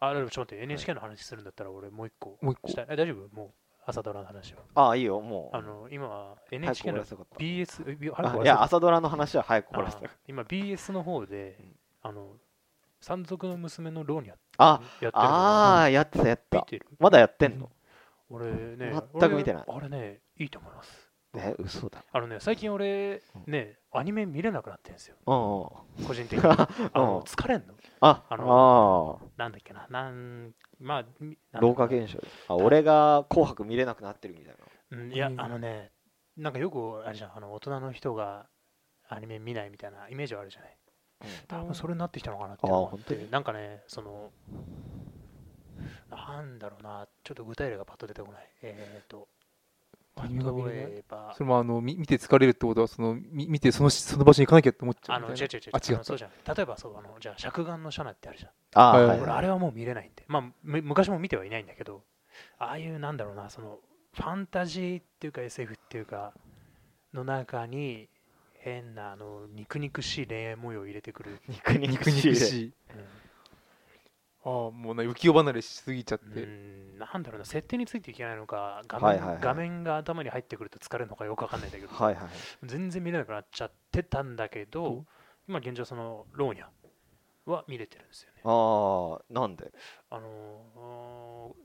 あ、でもちょっと待って、NHK の話するんだったら俺もう一個もう一個したい。え大丈夫もう朝ドラの話を。ああ、いいよ、もう。あの、今は早く終 NHK わらのせたかった BS、えびあれあ。いや、朝ドラの話は早く終わらせたあ今 BS の方でうん、あの、山賊の娘のローニャやっあ、てるのああ、やってた、やっ見た。てるまだやってんの俺ね、全く見てない俺あれね、いいと思います。え、嘘だ。あのね、最近俺うん、ね、アニメ見れなくなってるんですよ、うんうん。個人的 に。あの疲れんのあ、ああなんだっけな、なん、まあ、みなんだっけあ、な老化現象です。あ、俺が紅白見れなくなってるみたいな。うん、いやう、んあのね、なんかよくあれじゃん、あの大人の人がアニメ見ないみたいなイメージはあるじゃない。多分それになってきたのかなってあー思っ本て、当になんかね、その、なんだろうな、ちょっと具体例がパッと出てこない。えっ、ー、と、アニメが見れない例えばそ、れもあのみ見て疲れるってことはそのみ見てそのしその場所に行かなきゃって思っちゃあうみの、た違ういな違う違う、ああ違っのそうじゃん。例えば、そう、あの、じゃあ、着眼のシャナってあるじゃん。あはいー、はい俺、はあい。れはもう見れないんで、まあ、む昔も見てはいないんだけど、ああいう、なんだろうな、その、ファンタジーっていうか SF っていうか、の中に、変な、あの、肉々しい恋愛模様を入れてく る。肉た肉肉しい肉ね。しいうんああもうな浮世離れしすぎちゃっうてん、なんだろうな、設定についていけないのか、画面,、はいはいはい画面が頭に入ってくると疲れるのかよくわかんないんだけど、はいはい。全然見れなくなっちゃってたんだけうど、今現状、その、ローニャは見れてるんですよね。ああ、なんであのー、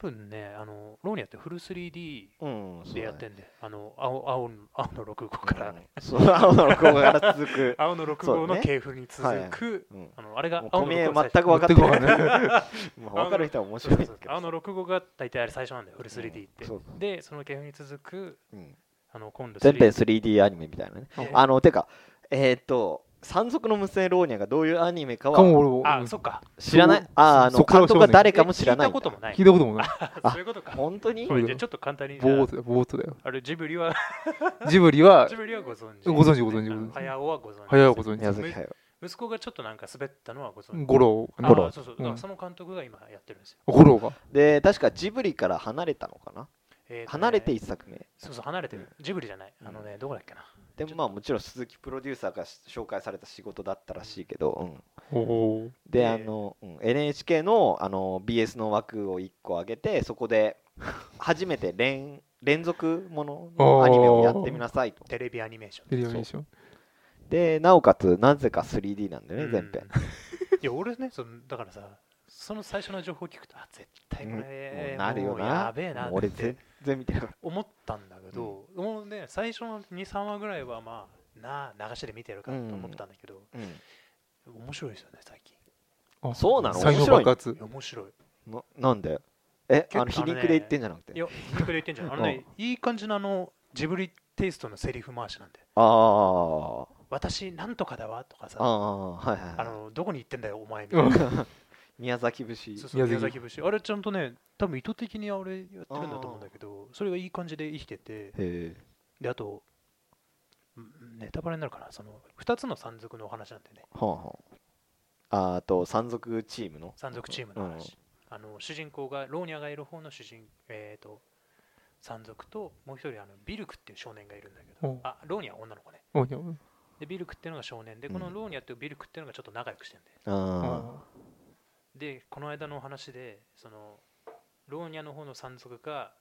多分ね、あの、ローニャってフル 3D うん、そうだねでやってんで、あの、青青の青の6号から、うんそう、青の録音から続く。青の6号そうのね系譜に続はいはいく、うんあのあれがもう青小の見え6全号く分かって全く分ない。 まあ分かる人は面そう白そうそいですうけど。青の6号が大体あれ最初なんだよ、フル 3D って。そうで、その系譜に続く、うんあの今度全編 3D 3D アニメみたいなね。であの、てか、えーっと、山賊の娘ローニャがどういうアニメかかもは俺もあうんそっか。知らないそう。あー、あその、っから監督が誰かもえ知らない聞いたんだ。こともない。聞いたこともないあそういうことか。本当にごめんじゃあちょっと簡単にじゃボーあ、トだよボートだよあれジブリは、ジブリはジブリはご存知。ご存知ご存知ごあ存の知早尾はご存知。早いことに宮崎駿。息子がちょっとなんか滑ったのはご存知。五郎あがーね郎そうそう。だかうらんその監督が今やってるんですよ。五郎がで、確かジブリから離れたのかなえーとね離れて一作目。そうそう、離れてる。ジブリじゃない。うんあのね、どこだっけな。でもまあもちろん鈴木プロデューサーが紹介された仕事だったらしいけど、うんおおで、であの、うん NHK のあの BS の枠を1個上げて、そこで初めて連連続もののアニメをやってみなさいと。テレビアニメーション。テレビアニメーションで、なおかつ、なぜか 3D なんだようね、ん全編。。いや、俺ね、そのだからさ、その最初の情報聞くと、あ、絶対これ、もうなるよもうやな。べえなもうっ俺て全然見てなかっ思ったんだけど、もうね、最初の2、3話ぐらいは、まあ、なあ、流しで見てるかと思ったんだけど、た。うん面白いですよね、最近。あそうなの才能爆発いや面白い。ななんでえ結構あの皮肉で言ってんじゃなくていや、これ言ってんじゃん。あのね、いい感じのあの、ジブリテイストのセリフ回しなんで、あー私、なんとかだわとかさ、あーはいはいあはの、どこに行ってんだよ、お前みたいな。い宮崎節そうそう宮宮崎崎節あれちゃんとね多分意図的にあれやってるんだと思うんだけどそれがいい感じで生きててへえであとんネタバレになるかなその2つの山賊のお話なんでねはあはああーと山賊チームの山賊チームの話、あの主人公がローニャがいる方の主人えっ、と山賊ともう一人あのビルクっていう少年がいるんだけうどんあローニャは女の子ねおいやうんでビルクっていうのが少年でこのローニャとビルクっていうのがちょっと仲良くしてるんであでこの間のお話でそのローニャの方の山賊が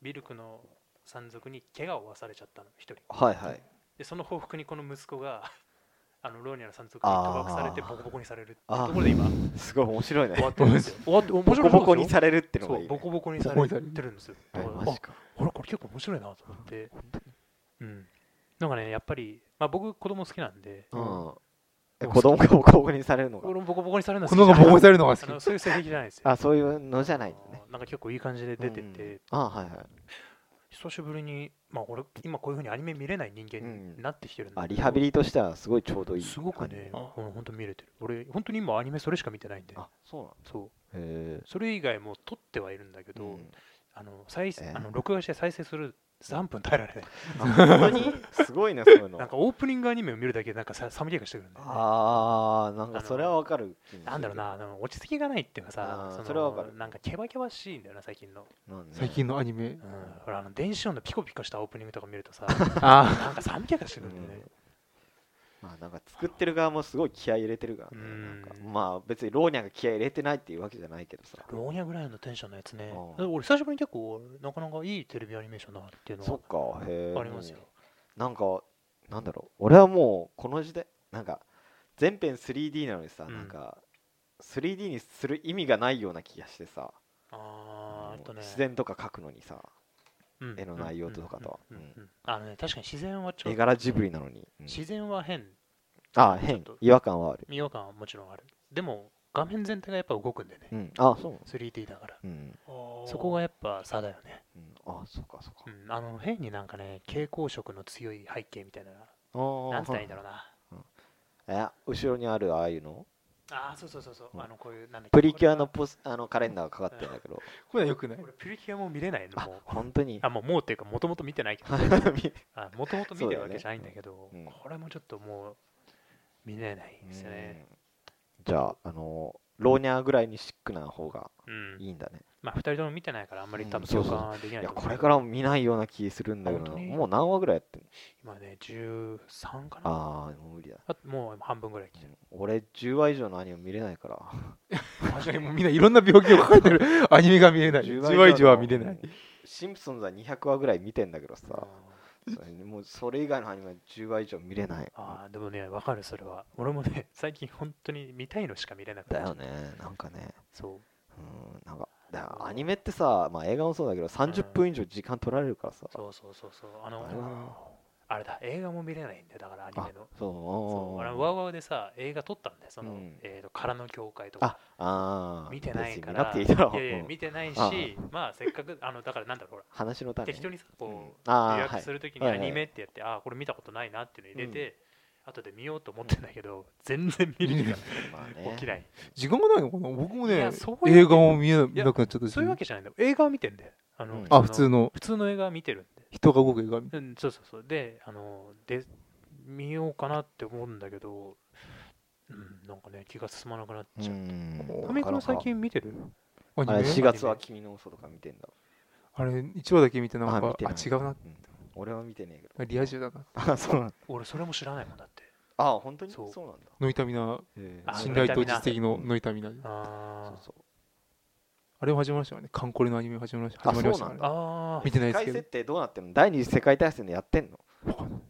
ビルクの山賊に怪我を負わされちゃったの一人あはいはいでその報復にこの息子があのローニャの山賊に賭博されてあーボコボコにされるっていうあーところで今すごい面白い終ねわってるんですよ終わって面ボ白コいことボコにされるってですのよそがいういボねコボコにされてるんですよだからああマジかあれこれ結構面白いなと思ってうんなんかねやっぱり、まあ、僕子供好きなんでうんえもう子供がボコボコにされるの俺がもボコボコにされるのこの子がボコにされるのが好あのきそういう性癖じゃないですよあそういうのじゃないのねあのなんか結構いい感じで出てて、うんあはいはい久しぶりに、まあ、俺今こういうふうにアニメ見れない人間うんになってきてるんだあけどリハビリとしてはすごいちょうどいいすごくねあ本当見れてる俺本当に今アニメそれしか見てないんであそうなんそうへえそれ以外も撮ってはいるんだけど、あの再生えーあの録画して再生する3分耐えられないあ本当にすごいねそういうのなんかオープニングアニメを見るだけでなんかさ寒気がしてくるんだよねああなんかそれはわかる気もするなんだろうなあの落ち着きがないっていうかさあーのそれはわかるなんかケバケバしいんだよな最近の、なんで最近のアニメうん、ほ らあの電子音のピコピコしたオープニングとか見るとさあなんか寒気がしてくるんだよね、まあなんか作ってる側もすごい気合い入れてるからねうんなんかまあ別に老若が気合い入れてないっていうわけじゃないけどさ老若ぐらいのテンションのやつねうん。で俺、久しぶりに結構、なかなかいいテレビアニメーションだなっていうそのっかへえはありますよ。なんかなんだろう俺はもうこの時代なんか全編 3D なのにさ、うんなんか 3D にする意味がないような気がしてさあーあとね、自然とか描くのにさうん絵の内容とかとはうんうんうんうんあのね、確かに自然はちょ絵っと、柄ジブリなのに、うん自然は変、あちょっ変と違和感はある、見よう感はもちろんある。でも、画面全体がやっぱ動くんでねう、ん、あそうなの 3D だから。うん、そこがやっぱ差だよね。うん、あそうかそうかう、ん、あの変になんかね、蛍光色の強い背景みたいな、ああなんつったらいいんだろうな。え後ろにあるああいうのああ、そうそうそうそう、うんあのこういう、なんだっけプリキュアのポスあのカレンダーがかかってるんだけどこれはよくない俺、俺プリキュアも見れないの、あもう。本当 にあ、もう、もうっていうか、もともと見てないけど、もともと見てるわけじゃないんだけど、そうだよねうんこれもちょっともう、見れないですよね。うんじゃああの老若ぐらいにシックな方がうん。いいんだねまあ、二人とも見てないから、あんまり多うん分そう共そう感はできないといや思うこれからも見ないような気するんだよな本当にもう何話ぐらいやってんの今ね、13かなあああもう無理だもう半分ぐらい来てる。俺10話以上のアニメ見れないからマ確ジかで にもうみんないろんな病気を抱えてるアニメが見れない10話以上は見れないシンプソンズは200話ぐらい見てんだけどさあそれもうそれ以外のアニメは10話以上見れないあー、でもね、わかる、それは。俺もね、 最近本当に見たいのしか見れなくだなっちゃよう。ねなんかねそう。うんなんかだからアニメってさ、まあ、映画もそうだけど30分以上時間取られるからさ、そうそうそうそう。ああれはの、あれだ、映画も見れないんだよ、だからアニメの。そうそう、あのワウワウでさ、映画撮ったんだよ、その、うんえーと、空の教会とかあ。あー見てないか別に見なら、くていいだろうやいやうん見てないしあ、まあせっかく、あのだからなんだろう、ほ ら、話のため適当にさ、こう、あー予約するときにはアいはいはいニメってやって、ああ、これ見たことないなっていうの入れて、後で見ようと思ってんだけど、全然見るまあ気が ね起きない。時間がないのかな僕もいねやそういう映画も見えなくなっちゃったしそういうわけじゃないんだよ。映画を見てんだよ。あの、うんそあ普通の普通の映画は見てるんで。人が動く映画うん、そうそうそう。で、あの、で、見ようかなって思うんだけど、うん、なんかね、気が進まなくなっちゃう。んアメリカの最なか近見てるアニなかあれメ4月は君の嘘とか見てんだあれ1話だけ見てなんあか見てないあ違うな俺は見てねえけどリア充だなあそうなんだ俺、それも知らないもんだって。あ本当にそそううなんだノイタミナへえあ信頼とノイタミナ実績のノイタミナあそーうそうあれも始まりましたよねカンコレのアニメ始まりましあ始まりましたからそうねあ見てない世です界け設ど定どうなってんの第二次世界大戦でやってんの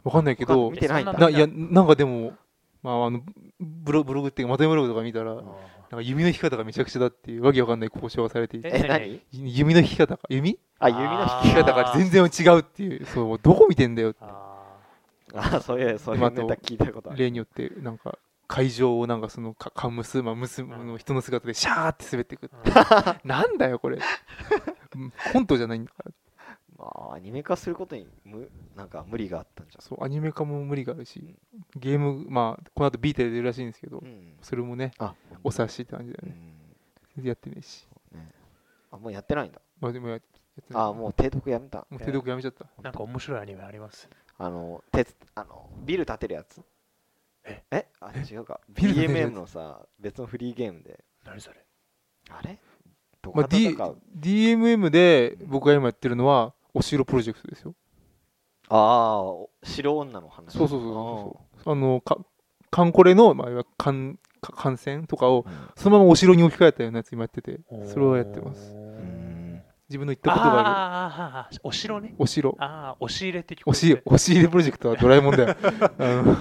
わかんないけど見てないんだえそんな、いや、なんかでも、まあ、あの、ブロブログっていうか、まとめブログとか見たら、なんあか弓の引き方がめちゃくちゃだっていう、わけわかんない交渉がされていて、ええ何弓の引き方か、弓あ指の引き引き方方が全然違うっていう、そう、どこ見てんだよって。あ あそういうそういうネタ聞いたことある例によって、なんか、会場をなんかその、か、カンムス、まあ、娘の人の姿でシャーって滑っていく。ーなんだよ、これ。うん コントじゃないんだから。まあアニメ化することにむなんか無理があったんじゃそう、アニメ化も無理があるし、ゲーム、まあ、この後ビータで出るらしいんですけどん、うんそれもね、あお察しって感じだうよね。んやってねえし。あもうやってないんだまあ、でもややってないあもう提督やめたもう手読やめちゃった。なんか面白いアニメありますあの鉄あのビル建てるやつええあ違うかビル建てるや BMM つのさ別のフリーゲームで何それあれどまこあ、か D か DMM で僕が今やってるのは、お城プロジェクトですよ。ああお白女の話そうそうそうそうそう。あの、か、カンコレの、まあ、いわゆる感、か感染とかを、そのままお城に置き換えたようなやつ今やってて、 それをやってます。あーうん自分の言ったあことがある。あーあーあーお城ねお城。ああ押し入れって聞こおえしる、押し入れプロジェクトはドラえもん だよ。うん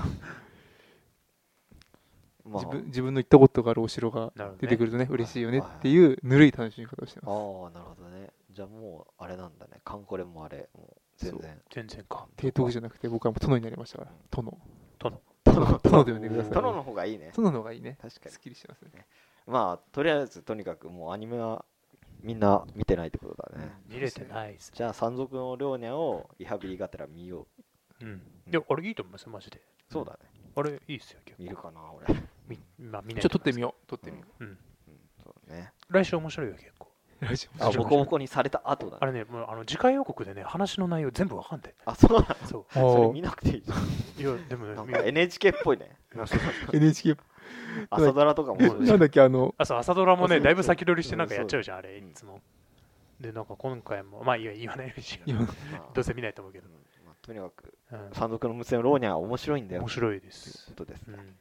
まあ自分自分の言ったことがあるお城がなるほどね出てくるとね、嬉しいよねっていう、ぬるい楽しみ方をしてます。ああなるほどねじゃあもうあれなんだねカンコレもあれもう全然全然か提督じゃなくて、僕はもう殿になりましたから、殿。殿。殿、殿で呼んでくだ さい。殿の方がいいね殿の方がいいね。確かにすっきりしてますね。まあとりあえずとにかくもうアニメはみんな見てないってことだね見れてないですじゃあ山賊の両ニャをリハビリがてら見よううんいやあれいいと思いますよマジでそうだねあれいいっすよ結構見るかな俺みまあ見ないちょっと撮ってみよう。撮ってみよううんうんそうね来週面白いよ結構う。ラジオあもちろボんコボコにされた後だあねれねもうあの次回予告でね話の内容全部わかんないあそうなのそそれお見なくていいじゃんういやでもなんねか NHK っぽいね いやそう NHK 朝ドラとかもそうでしな ょんだっけあのあそう朝ドラもそね、うそうだいぶ先取りしてなんかうんやっちゃうじゃん、あれ、いうんつも。で、なんか今回も、まあ、いいや言わないようにしよう今どうせ見ないと思うけどう。んまあとにかくうん山賊の無線ローニャは面白いんだよ面白いでというすこ。とですうね、ん、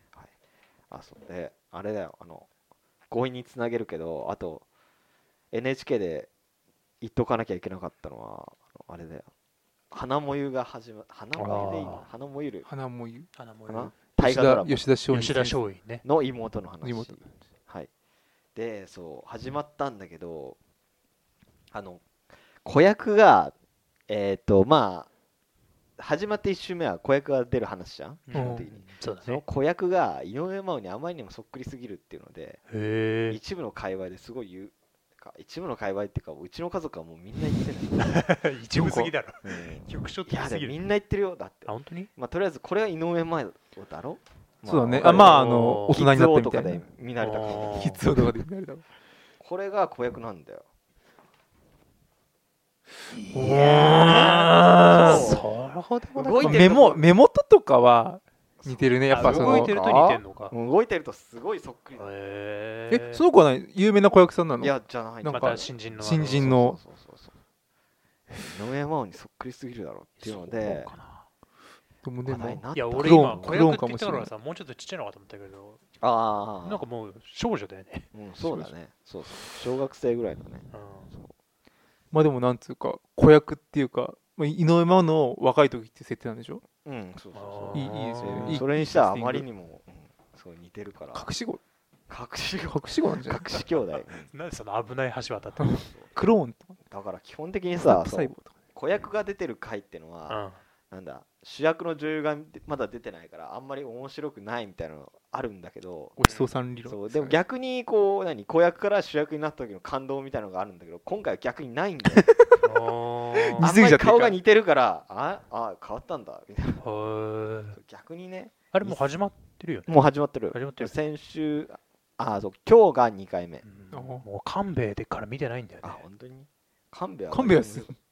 あそうであれだよあの強引につなげるけどあと NHK で言っとかなきゃいけなかったのはあのあれだよ花もゆが始ま花もゆでいいあの花もゆる花も言う花もかなよ大吉河ドラ田マ吉田松陰吉田松陰ね。の妹の話妹はいでそう始まったんだけどあの子役がえっ、とまあ始まって1周目は子役が出る話じゃんううんんそうだそのね。子役が井上真央にあまりにもそっくりすぎるっていうのでへえ。一部の界隈ですごい言うか一部の界隈っていうかうちの家族はもうみんな言ってない、一部すぎだろ。局所い的やすでぎもみる。んな言ってるよだってあ、、本当にまあ、とりあえずこれは井上真央だろそうだねああまああのの大大キ人ッにズな王っとかたみたいでな見慣れたあ感ーじ キッズ王とかで見られたのこれが子役なんだよいやーそうほどもなく動いてるメモメモととかは似てるねやっぱそあ動いのてると似てんのか。動いてるとすごいそっくりなへえ。えその子は何有名な子役さんなのいやじゃないなんまかた新人の。新人のそうそうそうそう井上真央にそっくりすぎるだろっていうのでそうかなでもで話題もになったいや、俺クロ今ーン、子クロ役ーっンて言かもっしれたないからさ、もうちょっとちっちゃいのかと思ったけど、ああなんかもう少女だよね。うん、そうだねそうそう小学生ぐらいのねうんそうまあでもなんつうか子役っていうかまあ井上真央の若い時って設定なんでしょうんそうそうあそいういいいですよーねいいそれにしてはあいいまりキャスティングにも、うん、そう似てるから隠し子隠し 隠し子なんじゃない隠し兄弟なんでその危ない橋渡ったのうんクローンとかだから基本的にトさップそ細う胞とか子役が出てる回ってのうは、んなんだ主役の女優がまだ出てないからあんまり面白くないみたいなのあるんだけどごちそうさん理論そうすでかもね逆にこう何子役から主役になった時の感動みたいなのがあるんだけど今回は逆にないんだ よあーあ似んすまりぎちゃってるから顔が似てるからああ変わったんだみたいなへえ逆にねあれもう始まってるよね。もう始まってる始まってる先週あそう今日が2回目うんあもう勘兵衛でから見てないんだよねあ。本当に神戸は神戸は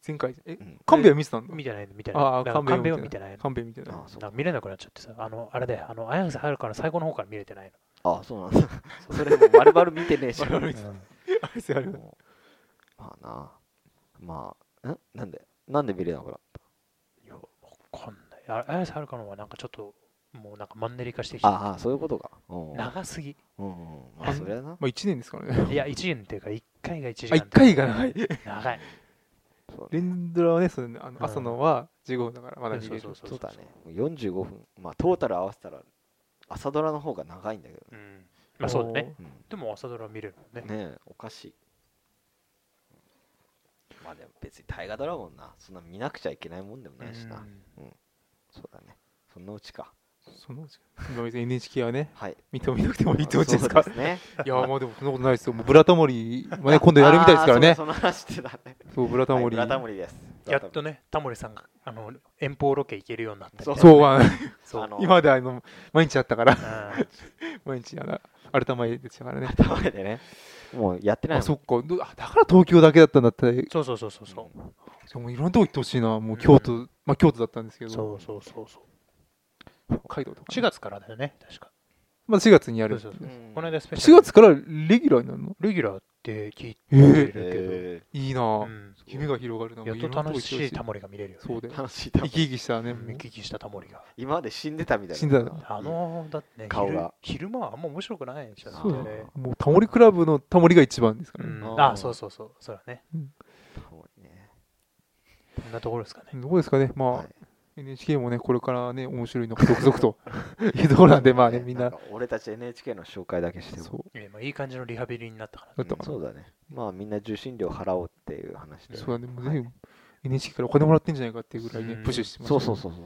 前回えうん神戸は見てたんだ見てない見てない。ああだから神神戸戸はを見てないの。神戸みたいあなそうなんか見れなくなっちゃってさ、あの、あれで、あの、綾瀬はるかの最後の方から見れてないあそうなんだそれも丸々見 てねえし丸々見ての。 あれあれもうまあなまあんなんでなんで見れなくなったいや、わかんない。あ綾瀬はるかのはなんかちょっと、もうなんかマンネリ化してきて、ああそういうことかうんうん長すぎ。うんまあそれはなまあ1年ですからねいや、1年っていうか、1回が1時あ間。 1回が長い長い。そうだね連ドラはねそれねあの朝のは15分だからまだ見そうれそるうそうそうだねもう45分まあトータル合わせたら朝ドラの方が長いんだけどうん。まあそうだね。ねでも朝ドラ見れるもんうんね。ねえおかしいまあでも別に大河ドラゴンなそんな見なくちゃいけないもんでもないしうなんそうだねそのうちかおーそのまあ別に NHK はねはい認めなくてもいいってことそでうすかですねいやまあでもそんなことないですよもうブラタモリ まあね今度やるみたいですからあーねそうだその話してたねそうブラタはいモブリラタモリですやっとね、タモリさんがあの遠方ロケ行けるようになったみたいなそうはそうあの今まであの毎日あったからうん毎日あのアルタ前でしたからね頭でねもうやってないあもんそっかどあだから東京だけだったんだったらでそうそうそうそうそう。もいろんなとこ行ってほしいなもう京都まあ京都だったんですけどそうそうそうそう。北海道とかね4月からだよね、確か。まあ4月にやるそうそううそんうこの間スペシャ4ル。月からレギュラーになるのレギュラーって聞いてえーるけど、えいいなあうん夢が広がるなやっともうろん楽なこ行しいってタほモリが見れるよ、ね。そうだーよ楽しい多生分き生きしたねうん見聞きしたタモリが。今まで死んでたみたいな死んでたあのーだってね、顔が昼昼間はあんま面白くないじゃん。そうだあれよもうタモリクラブのタモリが一番ですかうらねん、あーあ、そうそうそう、そうだね。タモリねこんなところですかね。どこですかねはまあい NHK もねこれからね面白いのが続々と いうところなんでま あねみんなか俺たち NHK の紹介だけしてもそうえーまあ、いい感じのリハビリになったかだな。ったうんかなそうだねまあみんな受信料払おうっていう話でそうだねもうはいぜひ NHK からお金もらってんじゃないかっていうぐらいねうんプッシュしてますそうそうそそうそ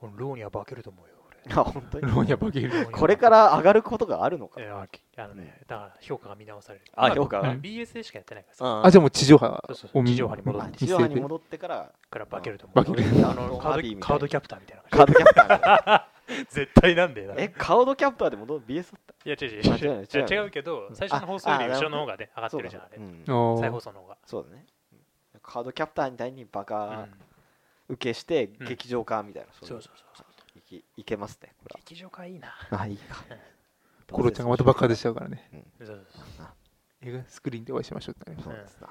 ううん俺ローには化けると思うよ、あ本当にロニャバゲル俺。これか。ら上がることがあるのかえーあきあのね、だから評価が見直される。あま評価がまあ BS でしかやってないからさ。ああじゃあもう地上波そうそうそうを見地上波に戻っあて見地せ上波に戻ってからから化けると思う。化けるあ のカアービドーみたいなカードキャプターみたいなカ感ードキャプターだじ。絶対なんでだろ。えカードキャプターで戻る BS だっいたや違う違うあ違うよ違う違うよ違うけど、最初の放送より後ろの方がね、上がっそてうるだじゃん、あれう。んあー再放送の方が。そうだねうんカードキャプターみたいにバうんカ受けしてうん劇場化みたいなそうそうういそうそう。ういきいけますねこれ劇場化いいな。はあいいかコロちゃんがまたバカでしちゃうからねそうそうそう映画スクリーンでお会いしましょうってなりますそうですな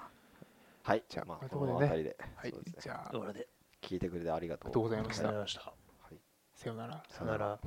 はいじゃあまこあういうこところでのね辺りではいそうですねじゃあところで。聞いてくれてありがありがととううございましさよたな。らでしたはいさようなら。さよなら